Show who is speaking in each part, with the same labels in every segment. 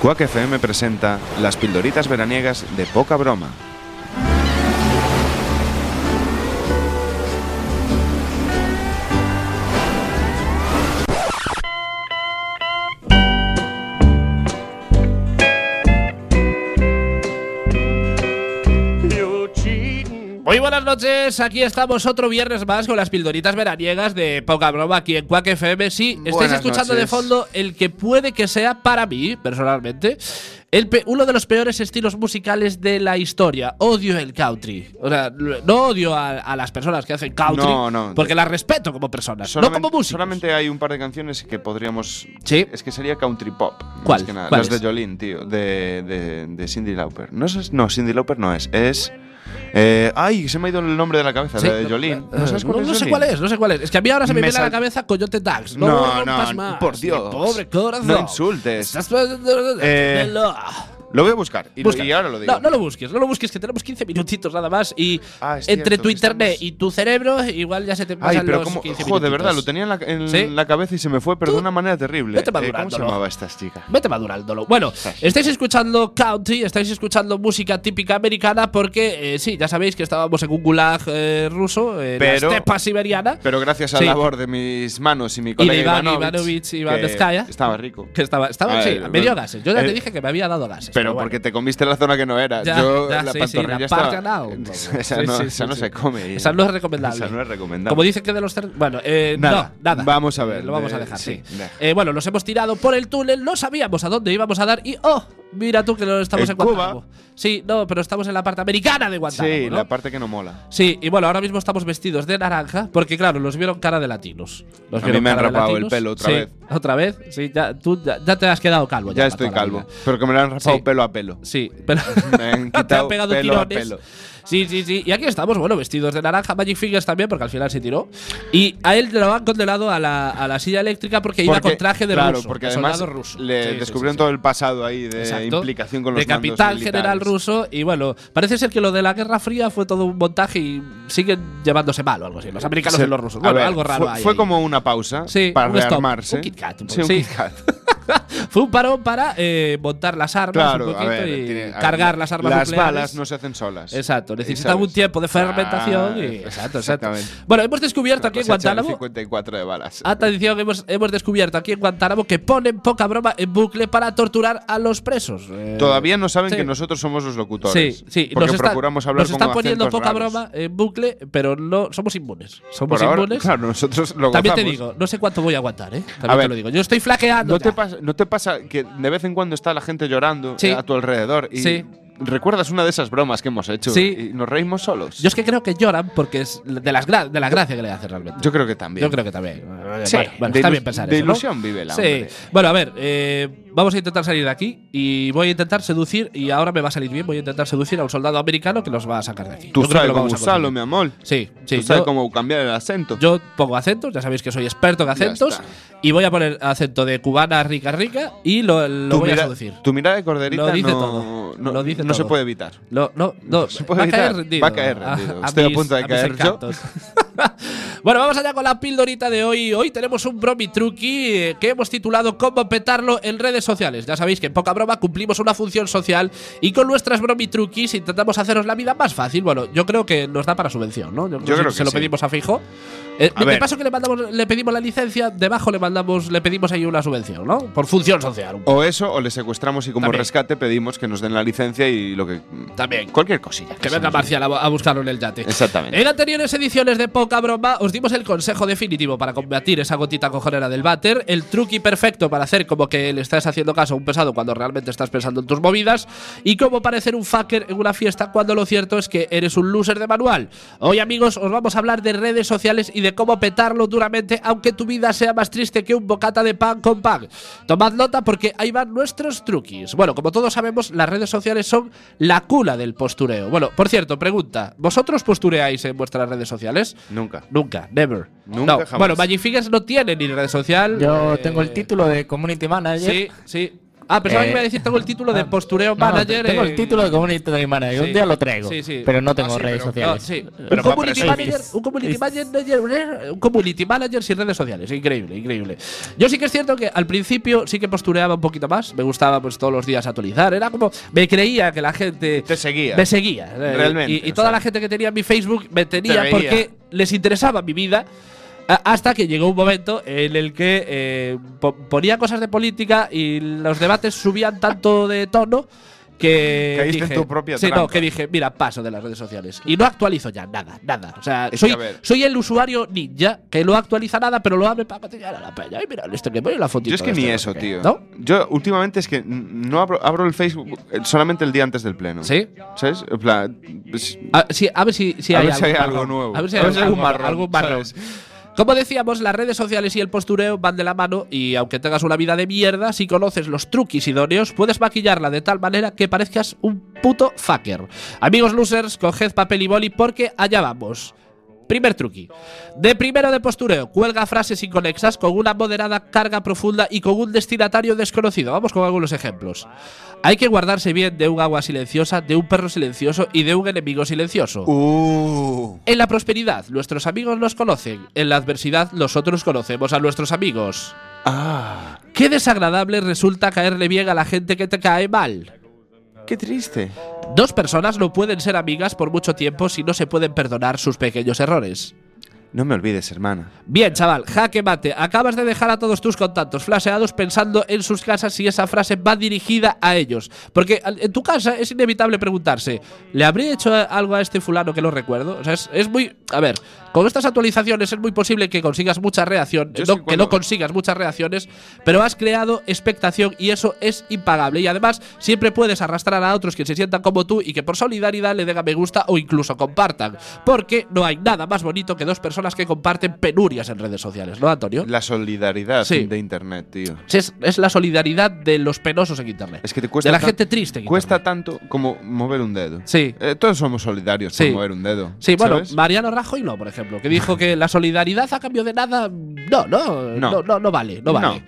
Speaker 1: Quack FM presenta las pildoritas veraniegas de poca broma.
Speaker 2: Muy buenas noches, aquí estamos otro viernes más con las pildoritas veraniegas de Poca Broma aquí en Quack FM. Sí, estáis
Speaker 3: Buenas
Speaker 2: escuchando de
Speaker 3: noches.
Speaker 2: fondo el que puede que sea para mí, personalmente, el pe- uno de los peores estilos musicales de la historia. Odio el country. O sea, no odio a, a las personas que hacen country,
Speaker 1: No, no.
Speaker 2: porque las respeto como personas,
Speaker 1: Solamente-
Speaker 2: no como músicos.
Speaker 1: Solamente hay un par de canciones que podríamos.
Speaker 2: Sí.
Speaker 1: Es que sería country pop. más
Speaker 2: ¿Cuál?
Speaker 1: que nada.
Speaker 2: ¿Cuál
Speaker 1: Las
Speaker 2: es?
Speaker 1: de Jolene, tío. De, de- de Cindy Lauper. No, es, no, Cindy Lauper no es. Es. eh, ay, se me ha ido el nombre de la cabeza.
Speaker 2: Sí,
Speaker 1: la de
Speaker 2: no-
Speaker 1: Jolene.
Speaker 2: No, no- no sé cuál es, no sé cuál es. Es que a mí ahora se me,
Speaker 1: Me
Speaker 2: viene a la
Speaker 1: sal-
Speaker 2: cabeza Coyote Dax. No,
Speaker 1: No,
Speaker 2: rompas
Speaker 1: no,
Speaker 2: más,
Speaker 1: por
Speaker 2: mi
Speaker 1: Dios.
Speaker 2: Pobre corazón.
Speaker 1: No insultes.
Speaker 2: Estás-
Speaker 1: Eh, Lo voy a buscar. Y, lo-
Speaker 2: Busca.
Speaker 1: y ahora lo digo.
Speaker 2: No, no lo busques, no lo busques, que tenemos 15 minutitos nada más y
Speaker 1: Ah, es
Speaker 2: entre
Speaker 1: cierto,
Speaker 2: tu
Speaker 1: que
Speaker 2: internet
Speaker 1: estamos-
Speaker 2: y tu cerebro igual ya se te pasan
Speaker 1: Ay, pero
Speaker 2: los
Speaker 1: como.
Speaker 2: 15
Speaker 1: Joder, de verdad,
Speaker 2: minutitos.
Speaker 1: lo tenía en la, en
Speaker 2: Sí.
Speaker 1: la cabeza y se me fue, pero de una manera terrible.
Speaker 2: vete
Speaker 1: Eh, ¿Cómo se
Speaker 2: madurándolo.
Speaker 1: llamaba esta chica?
Speaker 2: Vete madurándolo. Bueno, estáis escuchando country, estáis escuchando música típica americana porque, eh, sí, ya sabéis que estábamos en un gulag eh, ruso, en
Speaker 1: Pero-
Speaker 2: la estepa siberiana.
Speaker 1: Pero gracias a
Speaker 2: Sí.
Speaker 1: la labor de mis manos y mi
Speaker 2: y
Speaker 1: colega
Speaker 2: de Iván
Speaker 1: Ivanovich,
Speaker 2: Ivanovich y
Speaker 1: que
Speaker 2: Iván Vizcaya.
Speaker 1: Estaba rico.
Speaker 2: Que estaba, estaba
Speaker 1: A
Speaker 2: sí,
Speaker 1: ver,
Speaker 2: me dio
Speaker 1: bueno.
Speaker 2: gases. Yo ya te
Speaker 1: Eh,
Speaker 2: dije que me había dado gases.
Speaker 1: Pero
Speaker 2: bueno.
Speaker 1: porque te comiste en la zona que no era.
Speaker 2: Ya,
Speaker 1: Yo
Speaker 2: ya,
Speaker 1: la
Speaker 2: sí, sí,
Speaker 1: pantorrilla
Speaker 2: la
Speaker 1: estaba-
Speaker 2: parte anal, vamos.
Speaker 1: Esa
Speaker 2: Sí,
Speaker 1: no,
Speaker 2: sí,
Speaker 1: esa
Speaker 2: sí,
Speaker 1: no
Speaker 2: sí.
Speaker 1: se come. eh.
Speaker 2: Esa no es recomendable.
Speaker 1: Esa no es recomendable.
Speaker 2: Como dice que de los ter- Bueno, eh,
Speaker 1: Nada,
Speaker 2: no, nada. Eh,
Speaker 1: vamos a ver,
Speaker 2: Lo vamos a
Speaker 1: de-
Speaker 2: dejar, sí.
Speaker 1: sí, deja.
Speaker 2: Eh, bueno, los hemos tirado por el túnel, no sabíamos a dónde íbamos a dar y ¡oh! Mira tú que lo estamos en,
Speaker 1: En Cuba.
Speaker 2: Guantánamo. Sí, no, pero estamos en la parte americana de Guantánamo.
Speaker 1: sí,
Speaker 2: ¿no?
Speaker 1: la parte que no mola.
Speaker 2: Sí, y bueno, ahora mismo estamos vestidos de naranja, porque claro, los vieron cara de latinos. Los
Speaker 1: A
Speaker 2: vieron
Speaker 1: mí me han
Speaker 2: cara de
Speaker 1: rapado el
Speaker 2: latinos.
Speaker 1: pelo otra
Speaker 2: Sí,
Speaker 1: vez.
Speaker 2: Otra vez, sí, ya, tú ya, Pues ya te has quedado calvo.
Speaker 1: Ya
Speaker 2: para
Speaker 1: estoy
Speaker 2: toda la
Speaker 1: calvo.
Speaker 2: vida.
Speaker 1: Pero que me lo han rapado
Speaker 2: Sí.
Speaker 1: pelo a pelo.
Speaker 2: Sí, pero
Speaker 1: Me han
Speaker 2: te han
Speaker 1: quitado
Speaker 2: pegado
Speaker 1: pelo a
Speaker 2: tirones.
Speaker 1: pelo.
Speaker 2: Sí, sí, sí. Y aquí estamos, bueno, vestidos de naranja, Magic Fingers también, porque al final se tiró. Y a él lo han condenado a la, a la silla eléctrica porque, iba con traje de
Speaker 1: claro,
Speaker 2: ruso,
Speaker 1: porque
Speaker 2: de
Speaker 1: además
Speaker 2: soldado ruso.
Speaker 1: le
Speaker 2: Sí, sí,
Speaker 1: descubrieron
Speaker 2: sí, sí.
Speaker 1: todo el pasado ahí de
Speaker 2: Exacto.
Speaker 1: implicación con los
Speaker 2: de capitán
Speaker 1: mandos
Speaker 2: general
Speaker 1: militares.
Speaker 2: ruso y bueno parece ser que lo de la guerra fría fue todo un montaje y siguen llevándose mal o algo así los americanos
Speaker 1: Se-
Speaker 2: y los rusos
Speaker 1: a
Speaker 2: bueno
Speaker 1: ver,
Speaker 2: algo raro
Speaker 1: Fue,
Speaker 2: ahí.
Speaker 1: fue como una pausa
Speaker 2: Sí,
Speaker 1: para
Speaker 2: un stop,
Speaker 1: rearmarse.
Speaker 2: un Kit Kat, un
Speaker 1: Sí, un
Speaker 2: poco.
Speaker 1: Kit Kat.
Speaker 2: fue un parón para eh, montar las armas
Speaker 1: Claro,
Speaker 2: un
Speaker 1: a
Speaker 2: poquito
Speaker 1: ver,
Speaker 2: y
Speaker 1: tiene- a-
Speaker 2: cargar las armas
Speaker 1: Las
Speaker 2: nucleares.
Speaker 1: balas no se hacen solas.
Speaker 2: Exacto, necesitan
Speaker 1: Pues, eh, ¿Sabes?
Speaker 2: un tiempo de fermentación.
Speaker 1: Ah,
Speaker 2: y- exacto, exacto.
Speaker 1: exactamente.
Speaker 2: Bueno, hemos descubierto aquí en
Speaker 1: Cosecha de
Speaker 2: Guantánamo. Ah,
Speaker 1: 54 de balas.
Speaker 2: Atención, hemos, hemos descubierto aquí en Guantánamo que ponen poca broma en bucle para torturar a los presos. Eh,
Speaker 1: Todavía no saben
Speaker 2: sí.
Speaker 1: que nosotros somos los locutores.
Speaker 2: Sí, sí,
Speaker 1: Porque
Speaker 2: está-
Speaker 1: procuramos hablar
Speaker 2: nos
Speaker 1: con
Speaker 2: están poniendo
Speaker 1: acentos
Speaker 2: poca
Speaker 1: raros.
Speaker 2: broma en bucle, pero no somos inmunes. Somos
Speaker 1: Por ahora,
Speaker 2: inmunes.
Speaker 1: claro, nosotros lo
Speaker 2: También te
Speaker 1: gozamos.
Speaker 2: digo, no sé cuánto voy a aguantar, ¿eh? También
Speaker 1: A
Speaker 2: te
Speaker 1: ver,
Speaker 2: lo digo. Yo estoy flaqueando.
Speaker 1: ¿No te,
Speaker 2: ya.
Speaker 1: pasa, ¿No te pasa que de vez en cuando está la gente llorando
Speaker 2: Sí.
Speaker 1: a tu alrededor y
Speaker 2: Sí.
Speaker 1: recuerdas una de esas bromas que hemos hecho
Speaker 2: Sí.
Speaker 1: y nos reímos solos?
Speaker 2: Yo es que creo que lloran porque es de, las gra- de la gracia que le hacen realmente.
Speaker 1: Yo creo que también.
Speaker 2: Yo creo que también.
Speaker 1: Sí,
Speaker 2: bueno, bueno,
Speaker 1: de
Speaker 2: está
Speaker 1: ilu-
Speaker 2: bien pensar
Speaker 1: de
Speaker 2: eso, ¿no?
Speaker 1: ilusión vive el
Speaker 2: Sí.
Speaker 1: hombre.
Speaker 2: Bueno, a ver, eh, vamos a intentar salir de aquí y voy a intentar seducir, y ahora me va a salir bien, voy a intentar seducir a un soldado americano que nos va a sacar de aquí.
Speaker 1: Tú
Speaker 2: Yo creo que
Speaker 1: sabes
Speaker 2: lo
Speaker 1: cómo
Speaker 2: vamos a
Speaker 1: usarlo,
Speaker 2: conseguir.
Speaker 1: mi amor.
Speaker 2: Sí, sí.
Speaker 1: Tú sabes
Speaker 2: yo-
Speaker 1: cómo cambiar el acento.
Speaker 2: Yo pongo acentos, ya sabéis que soy experto en acentos,
Speaker 1: está.
Speaker 2: y voy a poner acento de cubana rica rica y lo, lo
Speaker 1: tu,
Speaker 2: voy
Speaker 1: mira-
Speaker 2: a seducir.
Speaker 1: tu mirada de corderita
Speaker 2: Lo dice
Speaker 1: no,
Speaker 2: todo.
Speaker 1: no-
Speaker 2: Lo dice
Speaker 1: no se
Speaker 2: todo.
Speaker 1: puede evitar.
Speaker 2: Lo- no, no,
Speaker 1: Se puede
Speaker 2: va a caer
Speaker 1: evitar,
Speaker 2: rendido. Ah,
Speaker 1: va a caer rendido. Estoy a punto de
Speaker 2: mis
Speaker 1: caer yo.
Speaker 2: encantos. bueno, vamos allá con la pildorita de hoy. Hoy tenemos un bromi truqui eh, que hemos titulado Cómo petarlo en redes sociales. Ya sabéis que en poca broma cumplimos una función social y con nuestras bromi truquis intentamos haceros la vida más fácil. Bueno, yo creo que nos da para subvención, ¿no? Yo,
Speaker 1: creo
Speaker 2: se
Speaker 1: que
Speaker 2: lo
Speaker 1: sí.
Speaker 2: pedimos a Fijo. Eh,
Speaker 1: A
Speaker 2: de
Speaker 1: ver.
Speaker 2: paso que le mandamos, le pedimos la licencia, debajo le mandamos, le pedimos ahí una subvención, ¿no? Por función social. un poco.
Speaker 1: O eso, o le secuestramos y como
Speaker 2: También.
Speaker 1: rescate pedimos que nos den la licencia y lo que.
Speaker 2: También.
Speaker 1: Cualquier cosilla.
Speaker 2: Que
Speaker 1: se
Speaker 2: venga
Speaker 1: nos
Speaker 2: Marcial a, a buscarlo en el yate.
Speaker 1: Exactamente.
Speaker 2: En anteriores ediciones de Poca Broma os dimos el consejo definitivo para combatir esa gotita cojonera del váter, el truqui perfecto para hacer como que le estás haciendo caso a un pesado cuando realmente estás pensando en tus movidas y cómo parecer un fucker en una fiesta cuando lo cierto es que eres un loser de manual. Hoy amigos os vamos a hablar de redes sociales y de cómo petarlo duramente aunque tu vida sea más triste que un bocata de pan con pan. Tomad nota porque ahí van nuestros truquis. Bueno, como todos sabemos, las redes sociales son la cuna del postureo. Bueno, por cierto, pregunta, ¿vosotros postureáis en vuestras redes sociales?
Speaker 1: Nunca.
Speaker 2: Nunca, never.
Speaker 1: Nunca,
Speaker 2: No.
Speaker 1: jamás.
Speaker 2: Bueno, Magic Fingers no tiene ni red social.
Speaker 4: Yo
Speaker 2: eh,
Speaker 4: tengo el título de Community Manager.
Speaker 2: Sí, sí. Ah, pensaba que
Speaker 3: Eh,
Speaker 2: iba a decir tengo el título de
Speaker 3: ah,
Speaker 2: postureo
Speaker 3: No,
Speaker 2: manager.
Speaker 3: tengo
Speaker 2: en-
Speaker 3: el título de community manager.
Speaker 2: Sí.
Speaker 3: Un día lo traigo.
Speaker 2: Sí, sí.
Speaker 3: Pero no tengo
Speaker 1: Ah, sí,
Speaker 3: redes
Speaker 1: pero-
Speaker 2: No,
Speaker 3: sociales.
Speaker 2: sí.
Speaker 1: Pero
Speaker 2: un, community
Speaker 1: va, pero
Speaker 2: manager, un community manager, un community manager sin redes sociales. Increíble, increíble. Yo sí que es cierto que al principio sí que postureaba un poquito más. Me gustaba pues todos los días actualizar. Era como. Me creía que la gente.
Speaker 1: Te seguía.
Speaker 2: Me seguía. eh,
Speaker 1: Realmente,
Speaker 2: Y, y
Speaker 1: o
Speaker 2: toda
Speaker 1: sea.
Speaker 2: la gente que tenía mi Facebook me tenía
Speaker 1: veía.
Speaker 2: porque les interesaba mi vida. a- Hasta que llegó un momento en el que eh, po- ponía cosas de política y los debates subían tanto de tono que.
Speaker 1: Caíste en
Speaker 2: dije-
Speaker 1: tu propia
Speaker 2: Sí, no,
Speaker 1: trampa.
Speaker 2: que dije, mira, paso de las redes sociales. Y no actualizo ya nada, nada. O sea,
Speaker 1: Es que,
Speaker 2: soy,
Speaker 1: a ver.
Speaker 2: soy el usuario ninja que no actualiza nada, pero lo abre para patillar a la peña. Y mira, esto que voy la fotito.
Speaker 1: Yo es que
Speaker 2: de
Speaker 1: ni
Speaker 2: este,
Speaker 1: eso,
Speaker 2: no sé
Speaker 1: tío.
Speaker 2: qué. ¿No?
Speaker 1: Yo últimamente es que n- no abro, abro el Facebook eh, solamente el día antes del pleno.
Speaker 2: ¿Sí?
Speaker 1: ¿Sabes? En plan, pues,
Speaker 2: A, Ah, sí, a ver si, si
Speaker 1: A
Speaker 2: hay,
Speaker 1: ver si hay
Speaker 2: algún
Speaker 1: algo
Speaker 2: marrón.
Speaker 1: nuevo.
Speaker 2: A ver si
Speaker 1: A
Speaker 2: hay
Speaker 1: ver si hay
Speaker 2: algún
Speaker 1: algún marrón,
Speaker 2: algún marrón. Como decíamos, las redes sociales y el postureo van de la mano y aunque tengas una vida de mierda, si conoces los truquis idóneos, puedes maquillarla de tal manera que parezcas un puto fucker. Amigos losers, coged papel y boli porque allá vamos. Primer truqui. De primero de postureo, cuelga frases inconexas con una moderada carga profunda y con un destinatario desconocido. Vamos con algunos ejemplos. Hay que guardarse bien de un agua silenciosa, de un perro silencioso y de un enemigo silencioso.
Speaker 1: uh,
Speaker 2: En la prosperidad, nuestros amigos nos conocen. En la adversidad, nosotros conocemos a nuestros amigos.
Speaker 1: ah,
Speaker 2: Qué desagradable resulta caerle bien a la gente que te cae mal.
Speaker 1: qué triste.
Speaker 2: Dos personas no pueden ser amigas por mucho tiempo si no se pueden perdonar sus pequeños errores.
Speaker 1: No me olvides, hermana.
Speaker 2: Bien, chaval, jaque mate. Acabas de dejar a todos tus contactos flaseados pensando en sus casas si esa frase va dirigida a ellos. Porque al- en tu casa es inevitable preguntarse, ¿le habré hecho a- algo a este fulano que no recuerdo? O sea, es, es muy... A ver, con estas actualizaciones es muy posible que consigas mucha reacción,
Speaker 1: Yo
Speaker 2: no-
Speaker 1: es que
Speaker 2: que no
Speaker 1: cuando-
Speaker 2: consigas muchas reacciones, pero has creado expectación y eso es impagable. Y además, siempre puedes arrastrar a otros que se sientan como tú y que por solidaridad le den a me gusta o incluso compartan. Porque no hay nada más bonito que dos personas que comparten penurias en redes sociales, ¿no, Antonio?
Speaker 1: La solidaridad
Speaker 2: Sí.
Speaker 1: de internet, tío.
Speaker 2: Es, es la solidaridad de los penosos en internet.
Speaker 1: Es que te cuesta
Speaker 2: De la
Speaker 1: tan-
Speaker 2: gente triste. en
Speaker 1: Cuesta
Speaker 2: internet.
Speaker 1: tanto como mover un dedo.
Speaker 2: Sí.
Speaker 1: Eh, todos somos solidarios
Speaker 2: Sí.
Speaker 1: por mover un dedo.
Speaker 2: Sí, bueno,
Speaker 1: ¿sabes?
Speaker 2: Mariano Rajoy no, por ejemplo, que dijo que la solidaridad a cambio de nada, no, no, no,
Speaker 1: No.
Speaker 2: no, no vale, no vale.
Speaker 1: No.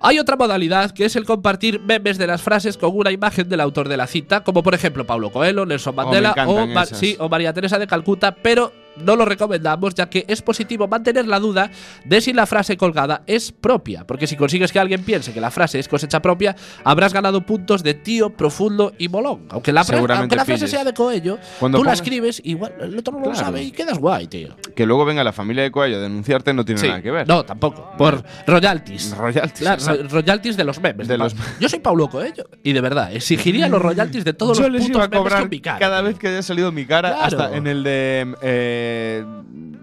Speaker 2: Hay otra modalidad que es el compartir memes de las frases con una imagen del autor de la cita, como por ejemplo Pablo Coelho, Nelson Mandela
Speaker 1: Oh, encantan
Speaker 2: o, Ma-
Speaker 1: esas.
Speaker 2: sí, o María Teresa de Calcuta, pero no lo recomendamos ya que es positivo mantener la duda de si la frase colgada es propia, porque si consigues que alguien piense que la frase es cosecha propia, habrás ganado puntos de tío profundo y molón. Aunque la, fra-
Speaker 1: Seguramente
Speaker 2: aunque la frase
Speaker 1: pilles.
Speaker 2: sea de Coelho,
Speaker 1: Cuando
Speaker 2: tú la
Speaker 1: pongas-
Speaker 2: escribes y igual el otro no lo
Speaker 1: Claro.
Speaker 2: sabe y quedas guay, tío.
Speaker 1: Que luego venga la familia de Coello a denunciarte no tiene
Speaker 2: Sí.
Speaker 1: nada que ver.
Speaker 2: No, tampoco. Por royalties.
Speaker 1: Royalties,
Speaker 2: Claro,
Speaker 1: exacto.
Speaker 2: ro- royalties de los memes.
Speaker 1: De
Speaker 2: Pa-
Speaker 1: los-
Speaker 2: Yo soy Paulo Coelho y de verdad exigiría los royalties de todos
Speaker 1: Yo
Speaker 2: los
Speaker 1: les
Speaker 2: putos
Speaker 1: iba a
Speaker 2: memes
Speaker 1: cobrar
Speaker 2: con mi cara,
Speaker 1: cada
Speaker 2: tío.
Speaker 1: vez que haya salido mi cara,
Speaker 2: Claro.
Speaker 1: hasta en el de eh,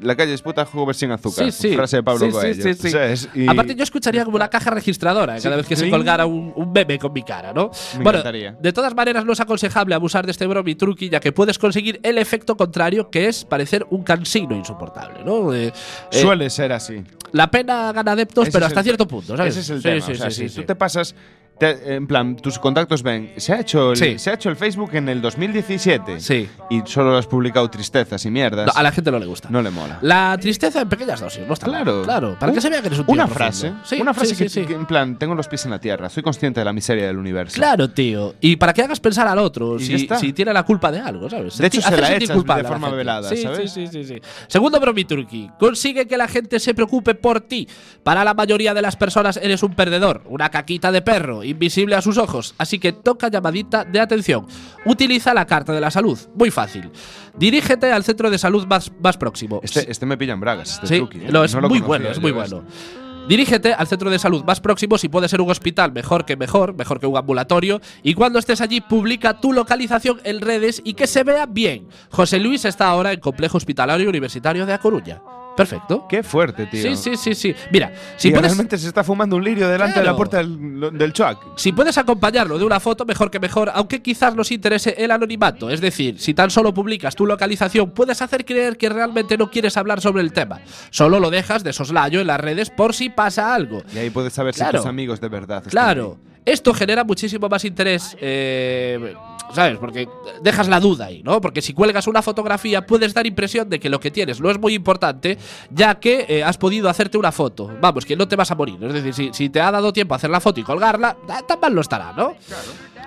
Speaker 1: La calle es puta, jugo sin azúcar.
Speaker 2: Sí, sí.
Speaker 1: Frase de Pablo
Speaker 2: Sí, sí,
Speaker 1: Coelho.
Speaker 2: sí, sí.
Speaker 1: ¿sabes? Y
Speaker 2: Aparte, yo escucharía como una caja registradora cada vez que se
Speaker 1: cling.
Speaker 2: colgara un, un meme con mi cara, ¿no?
Speaker 1: Me
Speaker 2: bueno,
Speaker 1: encantaría.
Speaker 2: de todas maneras, no es aconsejable abusar de este bromi truqui, ya que puedes conseguir el efecto contrario, que es parecer un cansino insoportable, ¿no? Eh, eh,
Speaker 1: Suele ser así.
Speaker 2: la pena gana adeptos,
Speaker 1: Ese
Speaker 2: pero
Speaker 1: es
Speaker 2: hasta
Speaker 1: el-
Speaker 2: cierto punto, ¿sabes?
Speaker 1: Ese es el
Speaker 2: Sí,
Speaker 1: tema.
Speaker 2: sí,
Speaker 1: o sea,
Speaker 2: sí,
Speaker 1: si
Speaker 2: sí,
Speaker 1: tú
Speaker 2: sí.
Speaker 1: te pasas. te- en plan, tus contactos ven. Se ha, hecho el,
Speaker 2: Sí.
Speaker 1: se ha hecho el Facebook en el 2017.
Speaker 2: Sí.
Speaker 1: Y solo has publicado tristezas y mierdas.
Speaker 2: No,
Speaker 1: No,
Speaker 2: a la gente no le gusta.
Speaker 1: le mola.
Speaker 2: La tristeza en pequeñas dosis, no está mal.
Speaker 1: Claro.
Speaker 2: Claro, para
Speaker 1: Un-
Speaker 2: que se vea que eres un tío
Speaker 1: Una
Speaker 2: profundo.
Speaker 1: frase.
Speaker 2: Sí,
Speaker 1: una
Speaker 2: sí,
Speaker 1: frase
Speaker 2: sí,
Speaker 1: que,
Speaker 2: sí.
Speaker 1: que en plan, tengo los pies en la tierra, soy consciente de la miseria del universo.
Speaker 2: Claro, tío. Y para que hagas pensar al otro
Speaker 1: Y
Speaker 2: si,
Speaker 1: ya está.
Speaker 2: si tiene la culpa de algo, ¿sabes?
Speaker 1: De hecho,
Speaker 2: Sentir-
Speaker 1: se la
Speaker 2: hacer sentir
Speaker 1: echas de
Speaker 2: culpable a la
Speaker 1: forma
Speaker 2: gente.
Speaker 1: velada,
Speaker 2: Sí, sí,
Speaker 1: ¿sabes?
Speaker 2: Sí, sí, sí. Segundo bromiturqui. Consigue que la gente se preocupe por ti. Para la mayoría de las personas eres un perdedor, una caquita de perro, invisible a sus ojos. Así que toca llamadita de atención. Utiliza la carta de la salud. Muy fácil. Dirígete al centro de salud más, más próximo.
Speaker 1: Este, este me pilla en bragas. Este
Speaker 2: Sí,
Speaker 1: truqui, ¿eh?
Speaker 2: no, es
Speaker 1: No lo
Speaker 2: muy
Speaker 1: conocía
Speaker 2: bueno, es
Speaker 1: yo
Speaker 2: muy
Speaker 1: este.
Speaker 2: bueno. Dirígete al centro de salud más próximo, si puede ser un hospital, mejor que mejor, mejor que un ambulatorio. Y cuando estés allí, publica tu localización en redes y que se vea bien. José Luis está ahora en Complejo Hospitalario Universitario de A Coruña. Perfecto.
Speaker 1: Qué fuerte, tío.
Speaker 2: Sí, sí, sí, sí. Mira, si
Speaker 1: y
Speaker 2: puedes,
Speaker 1: realmente se está fumando un lirio delante de
Speaker 2: Claro.
Speaker 1: la puerta del, lo- del Chuac.
Speaker 2: si puedes acompañarlo de una foto, mejor que mejor, aunque quizás nos interese el anonimato. Es decir, si tan solo publicas tu localización, puedes hacer creer que realmente no quieres hablar sobre el tema. Solo lo dejas de soslayo en las redes por si pasa algo.
Speaker 1: Y ahí puedes saber
Speaker 2: Claro.
Speaker 1: si tus amigos de verdad. están
Speaker 2: Claro. Esto genera muchísimo más interés eh, ¿Sabes? Porque dejas la duda ahí, ¿no? Porque si cuelgas una fotografía puedes dar impresión de que lo que tienes no es muy importante, ya que eh, has podido hacerte una foto. Vamos, que no te vas a morir. Es decir, si, si te ha dado tiempo a hacer la foto y colgarla, ta- tan mal no estará, ¿no?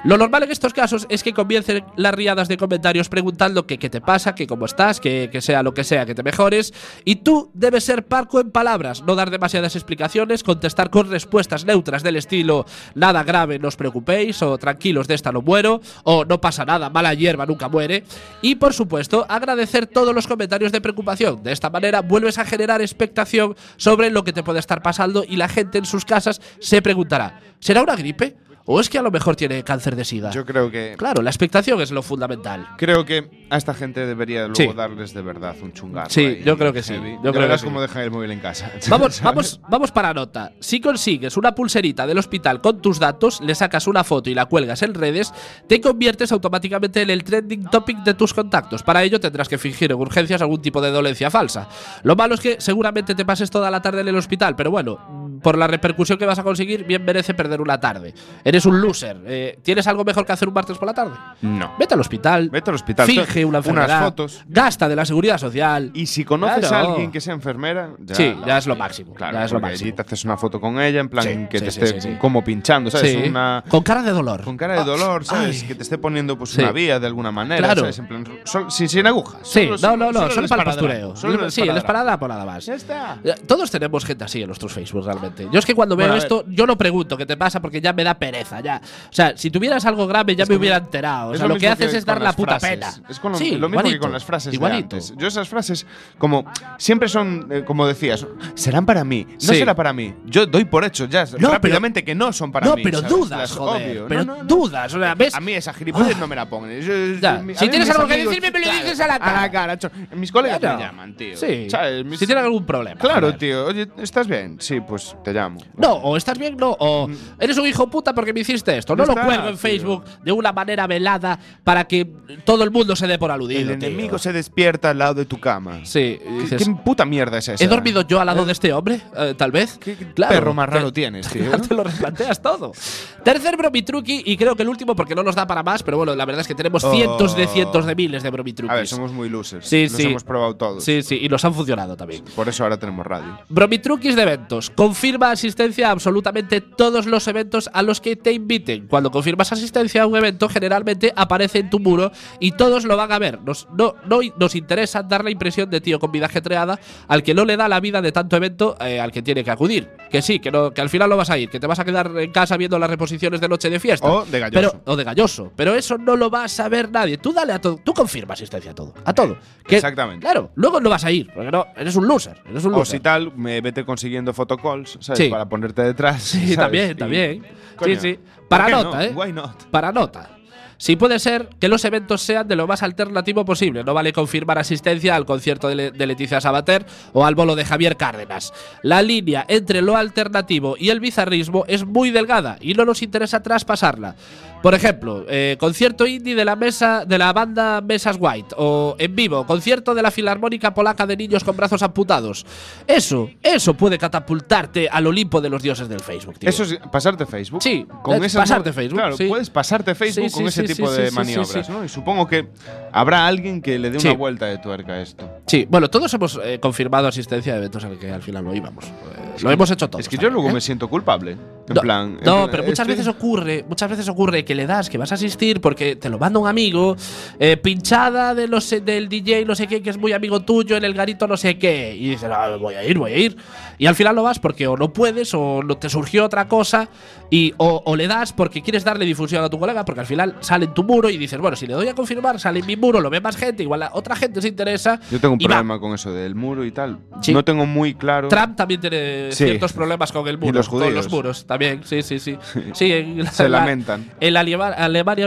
Speaker 2: Lo normal en estos casos es que comiencen las riadas de comentarios preguntando que qué te pasa, que cómo estás, que, que sea lo que sea, que te mejores. Y tú debes ser parco en palabras, no dar demasiadas explicaciones, contestar con respuestas neutras del estilo nada grave, no os preocupéis, o tranquilos, de esta no muero, o no pasa nada, mala hierba nunca muere. Y por supuesto, agradecer todos los comentarios de preocupación. De esta manera vuelves a generar expectación sobre lo que te puede estar pasando y la gente en sus casas se preguntará, ¿será una gripe? ¿O es que a lo mejor tiene cáncer de sida?
Speaker 1: Yo creo que.
Speaker 2: Claro, la expectación es lo fundamental.
Speaker 1: Creo que a esta gente debería luego
Speaker 2: Sí.
Speaker 1: darles de verdad un chungarro.
Speaker 2: Sí,
Speaker 1: ahí
Speaker 2: yo creo que sí,
Speaker 1: heavy.
Speaker 2: yo
Speaker 1: De
Speaker 2: creo que
Speaker 1: verdad
Speaker 2: sí.
Speaker 1: como dejar el móvil en casa.
Speaker 2: Vamos,
Speaker 1: ¿sabes?
Speaker 2: vamos, vamos para nota. Si consigues una pulserita del hospital con tus datos, le sacas una foto y la cuelgas en redes, te conviertes automáticamente en el trending topic de tus contactos. Para ello tendrás que fingir en urgencias algún tipo de dolencia falsa. Lo malo es que seguramente te pases toda la tarde en el hospital, pero bueno, mm, por la repercusión que vas a conseguir, bien merece perder una tarde. Eres un loser. Eh, ¿Tienes algo mejor que hacer un martes por la tarde?
Speaker 1: No.
Speaker 2: Vete al hospital.
Speaker 1: Vete al hospital.
Speaker 2: Finge una enfermedad.
Speaker 1: Unas fotos.
Speaker 2: Gasta de la seguridad social.
Speaker 1: Y si conoces
Speaker 2: Claro.
Speaker 1: a alguien que sea enfermera, ya,
Speaker 2: sí, ya es lo máximo.
Speaker 1: claro,
Speaker 2: ya es lo
Speaker 1: porque allí
Speaker 2: máximo.
Speaker 1: te haces una foto con ella, en plan
Speaker 2: Sí,
Speaker 1: que
Speaker 2: sí,
Speaker 1: te
Speaker 2: sí,
Speaker 1: esté
Speaker 2: sí, sí.
Speaker 1: como pinchando, ¿sabes?
Speaker 2: Sí.
Speaker 1: Una,
Speaker 2: Con cara de dolor.
Speaker 1: con cara de dolor, ¿sabes? Que te esté poniendo pues
Speaker 2: Sí.
Speaker 1: una vía de alguna manera,
Speaker 2: Claro.
Speaker 1: ¿sabes? En plan, sol- sin, sin agujas.
Speaker 2: Sí,
Speaker 1: solo-
Speaker 2: no, no, no, solo,
Speaker 1: el
Speaker 2: para el
Speaker 1: esparadrap,
Speaker 2: postureo.
Speaker 1: solo el
Speaker 2: sí, el
Speaker 1: esparadrap.
Speaker 2: esparadrap por nada más.
Speaker 1: Ya está.
Speaker 2: Eh, Todos tenemos gente así en nuestros Facebook, realmente. Yo es que cuando veo
Speaker 1: Bueno, a ver.
Speaker 2: esto, yo no pregunto qué te pasa porque ya me da pereza, ya. O sea, si tuvieras algo grave ya me hubiera enterado. O
Speaker 1: Es
Speaker 2: sea, lo, que
Speaker 1: mismo
Speaker 2: haces es
Speaker 1: con
Speaker 2: dar la
Speaker 1: las
Speaker 2: puta pena.
Speaker 1: frases. Es con lo,
Speaker 2: Sí,
Speaker 1: lo mismo que
Speaker 2: igualito,
Speaker 1: con las frases de
Speaker 2: Igualito.
Speaker 1: antes. Yo esas frases, como siempre son, eh, como decías, serán para mí, no
Speaker 2: Sí.
Speaker 1: será para mí. Yo doy por hecho ya
Speaker 2: pero-
Speaker 1: rápidamente que no son para
Speaker 2: no,
Speaker 1: mí.
Speaker 2: pero
Speaker 1: ¿sabes?
Speaker 2: dudas,
Speaker 1: Las
Speaker 2: joder.
Speaker 1: obvio. No,
Speaker 2: Pero
Speaker 1: no, no.
Speaker 2: dudas, o sea, ¿ves?
Speaker 1: A mí esa gilipollas no me la pongan. Yo- yo-
Speaker 2: Ah. Ya.
Speaker 1: mi- a
Speaker 2: Si
Speaker 1: mí
Speaker 2: tienes
Speaker 1: mis
Speaker 2: algo que
Speaker 1: amigos-
Speaker 2: decirme, me lo
Speaker 1: claro, Ah,
Speaker 2: dices a la cara.
Speaker 1: cho- Mis colegas
Speaker 2: Claro.
Speaker 1: me llaman, tío.
Speaker 2: Sí.
Speaker 1: ¿Sabes? Mis-
Speaker 2: Si tienes algún problema.
Speaker 1: Claro,
Speaker 2: joder.
Speaker 1: tío. Oye, ¿estás bien? Sí, pues te llamo.
Speaker 2: No, o estás bien, no, o eres un hijo puta porque me hiciste esto. No
Speaker 1: Ya
Speaker 2: lo
Speaker 1: Mm. está,
Speaker 2: cuelgo en
Speaker 1: tío.
Speaker 2: Facebook de una manera velada para que todo el mundo se dé por
Speaker 1: El
Speaker 2: aludido. tío.
Speaker 1: enemigo se despierta al lado de tu cama.
Speaker 2: Sí, y
Speaker 1: ¿Qué,
Speaker 2: dices,
Speaker 1: qué puta mierda es esa?
Speaker 2: ¿He dormido yo al lado de este hombre? Eh, Tal vez.
Speaker 1: ¿Qué qué
Speaker 2: Claro,
Speaker 1: perro más
Speaker 2: te-
Speaker 1: raro tienes, tío?
Speaker 2: te lo replanteas todo. Tercer bromitruqui, y creo que el último porque no nos da para más, pero bueno, la verdad es que tenemos
Speaker 1: Oh.
Speaker 2: cientos de cientos de miles de bromitruquis.
Speaker 1: A ver, somos muy losers.
Speaker 2: Sí,
Speaker 1: Los
Speaker 2: sí.
Speaker 1: hemos probado todos.
Speaker 2: Sí, sí, y nos han funcionado también.
Speaker 1: Por eso ahora tenemos radio.
Speaker 2: Bromitruquis de eventos. Confirma asistencia a absolutamente todos los eventos a los que te inviten. Cuando confirmas asistencia a un evento, generalmente aparece en tu muro y todos lo van a ver. Nos, no, no i- nos interesa dar la impresión de tío con vida ajetreada al que no le da la vida de tanto evento eh, al que tiene que acudir. Que sí, que, no, que al final lo vas a ir, que te vas a quedar en casa viendo las reposiciones de noche de fiesta.
Speaker 1: O de galloso.
Speaker 2: Pero, o de galloso. Pero eso no lo va a saber nadie. Tú dale a todo. Tú confirma asistencia a todo. A todo. Que-
Speaker 1: Exactamente.
Speaker 2: Claro, luego no vas a ir, porque no, eres un loser. Eres un
Speaker 1: O
Speaker 2: loser.
Speaker 1: si tal, me vete consiguiendo fotocalls, ¿sabes?
Speaker 2: Sí.
Speaker 1: Para ponerte detrás.
Speaker 2: Sí,
Speaker 1: ¿sabes?
Speaker 2: también,
Speaker 1: Y-
Speaker 2: también.
Speaker 1: Coño,
Speaker 2: sí, sí.
Speaker 1: ¿por
Speaker 2: Para
Speaker 1: qué no?
Speaker 2: nota, ¿eh?
Speaker 1: Why not?
Speaker 2: Para nota. Si puede ser que los eventos sean de lo más alternativo posible. No vale confirmar asistencia al concierto de, Le- de Leticia Sabater o al bolo de Javier Cárdenas. La línea entre lo alternativo y el bizarrismo es muy delgada y no nos interesa traspasarla. Por ejemplo, eh, concierto indie de la mesa de la banda Mesas White o en vivo, concierto de la Filarmónica Polaca de niños con brazos amputados. Eso, eso puede catapultarte al Olimpo de los dioses del Facebook. tío.
Speaker 1: Eso es pasarte Facebook.
Speaker 2: Sí,
Speaker 1: con
Speaker 2: es
Speaker 1: esas
Speaker 2: pasarte
Speaker 1: mo-
Speaker 2: Facebook,
Speaker 1: Claro,
Speaker 2: sí.
Speaker 1: puedes pasarte Facebook
Speaker 2: Sí,
Speaker 1: con
Speaker 2: sí,
Speaker 1: ese
Speaker 2: sí,
Speaker 1: tipo
Speaker 2: sí,
Speaker 1: de
Speaker 2: sí, sí,
Speaker 1: maniobras,
Speaker 2: sí.
Speaker 1: ¿no? Y supongo que habrá alguien que le dé
Speaker 2: Sí.
Speaker 1: una vuelta de tuerca a esto.
Speaker 2: Sí, bueno, todos hemos eh, confirmado asistencia de eventos al que al final no íbamos. Eh, lo hemos hecho todos.
Speaker 1: es que yo
Speaker 2: también,
Speaker 1: luego
Speaker 2: ¿eh?
Speaker 1: me siento culpable. En
Speaker 2: no,
Speaker 1: plan. en
Speaker 2: no,
Speaker 1: plan, eh,
Speaker 2: pero muchas
Speaker 1: estoy-
Speaker 2: veces ocurre, muchas veces ocurre que le das que vas a asistir porque te lo manda un amigo, eh, pinchada de los, del DJ no sé qué, que es muy amigo tuyo, en el garito no sé qué, y dices, "Ah, voy a ir, voy a ir. Y al final no vas porque o no puedes, o no te surgió otra cosa, y, o, o le das porque quieres darle difusión a tu colega, porque al final sale en tu muro y dices, bueno, si le doy a confirmar, sale en mi muro, lo ve más gente, igual a otra gente se interesa.
Speaker 1: Yo tengo un
Speaker 2: y va.
Speaker 1: problema con eso del muro y tal.
Speaker 2: Sí.
Speaker 1: No tengo muy claro.
Speaker 2: Trump también tiene
Speaker 1: Sí.
Speaker 2: ciertos problemas con el muro,
Speaker 1: los
Speaker 2: con los
Speaker 1: judíos.
Speaker 2: muros también, sí, sí, sí. sí en la-
Speaker 1: Se
Speaker 2: la-
Speaker 1: lamentan.
Speaker 2: En Alema- Alemania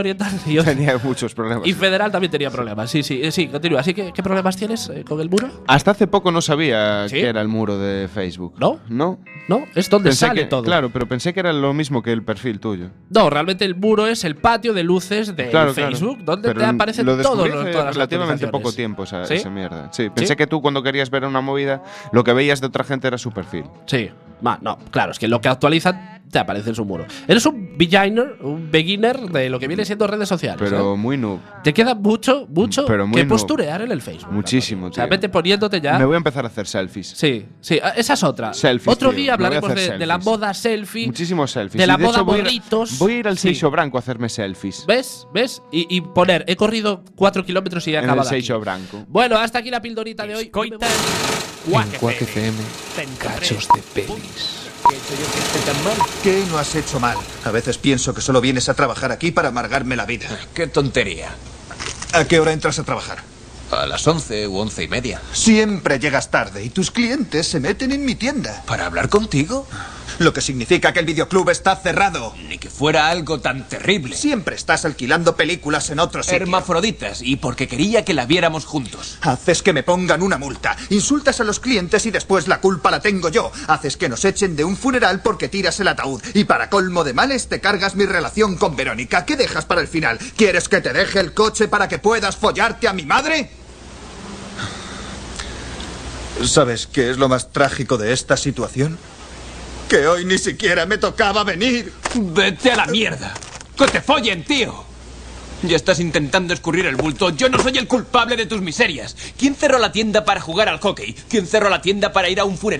Speaker 2: Oriental y,
Speaker 1: Tenía muchos problemas.
Speaker 2: y Federal también tenía problemas, sí, sí, eh, sí, continúa. Así que, ¿qué problemas tienes eh, con el muro?
Speaker 1: Hasta hace poco no sabía
Speaker 2: ¿Sí?
Speaker 1: que era el muro de Facebook.
Speaker 2: ¿No?
Speaker 1: No.
Speaker 2: ¿No? Es donde sale
Speaker 1: que,
Speaker 2: todo.
Speaker 1: Claro, pero pensé que era lo mismo que el perfil tuyo.
Speaker 2: No, realmente el muro es el patio de luces de
Speaker 1: Claro, claro.
Speaker 2: Facebook, donde
Speaker 1: Pero
Speaker 2: te aparecen
Speaker 1: lo
Speaker 2: todos
Speaker 1: descubrí
Speaker 2: los-
Speaker 1: hace
Speaker 2: todas las
Speaker 1: relativamente
Speaker 2: actualizaciones.
Speaker 1: poco tiempo esa,
Speaker 2: ¿Sí?
Speaker 1: esa mierda. Sí, pensé que tú cuando querías ver una movida, lo que veías de otra gente era su perfil.
Speaker 2: Sí. Va, no, claro, es que lo que actualizan te aparece en su muro. Eres un beginner, un beginner de lo que viene siendo redes sociales.
Speaker 1: Pero
Speaker 2: ¿eh?
Speaker 1: muy noob.
Speaker 2: Te queda mucho, mucho
Speaker 1: Pero muy
Speaker 2: que
Speaker 1: no-
Speaker 2: posturear en el Facebook.
Speaker 1: Muchísimo,
Speaker 2: O sea,
Speaker 1: tío.
Speaker 2: vete poniéndote ya.
Speaker 1: Me voy a empezar a hacer selfies.
Speaker 2: Sí, sí, ah, esa es otra.
Speaker 1: Selfies,
Speaker 2: Otro
Speaker 1: tío.
Speaker 2: día
Speaker 1: Me voy a
Speaker 2: hablaremos
Speaker 1: hacer
Speaker 2: de, de la
Speaker 1: selfies.
Speaker 2: moda selfie.
Speaker 1: Muchísimos selfies.
Speaker 2: De
Speaker 1: Y
Speaker 2: la moda
Speaker 1: voy a ir-
Speaker 2: borritos.
Speaker 1: Voy a ir al
Speaker 2: Sí.
Speaker 1: Seixo Branco a hacerme selfies.
Speaker 2: ¿Ves? ¿Ves? Y, y poner, he corrido 4 kilómetros y he
Speaker 1: En el
Speaker 2: acabado. aquí.
Speaker 1: Seixo Branco.
Speaker 2: Bueno, hasta aquí la pildorita de hoy.
Speaker 3: Coitas.
Speaker 4: Cachos de pelis.
Speaker 5: ¿Qué no has hecho mal? A veces pienso que solo vienes a trabajar aquí para amargarme la vida.
Speaker 4: Qué tontería.
Speaker 5: ¿A qué hora entras a trabajar?
Speaker 4: A las once u once y media.
Speaker 5: Siempre llegas tarde y tus clientes se meten en mi tienda.
Speaker 4: ¿Para hablar contigo?
Speaker 5: Lo que significa que el videoclub está cerrado.
Speaker 4: Ni que fuera algo tan terrible.
Speaker 5: Siempre estás alquilando películas en otros sitio.
Speaker 4: Hermafroditas, y porque quería que la viéramos juntos.
Speaker 5: Haces que me pongan una multa, insultas a los clientes y después la culpa la tengo yo. Haces que nos echen de un funeral porque tiras el ataúd. Y para colmo de males te cargas mi relación con Verónica. ¿Qué dejas para el final? ¿Quieres que te deje el coche para que puedas follarte a mi madre? ¿Sabes qué es lo más trágico de esta situación? Que hoy ni siquiera me tocaba venir.
Speaker 4: ¡Vete a la mierda! ¡Que te follen, tío! Ya estás intentando escurrir el bulto. Yo no soy el culpable de tus miserias. ¿Quién cerró la tienda para jugar al hockey? ¿Quién cerró la tienda para ir a un funeral?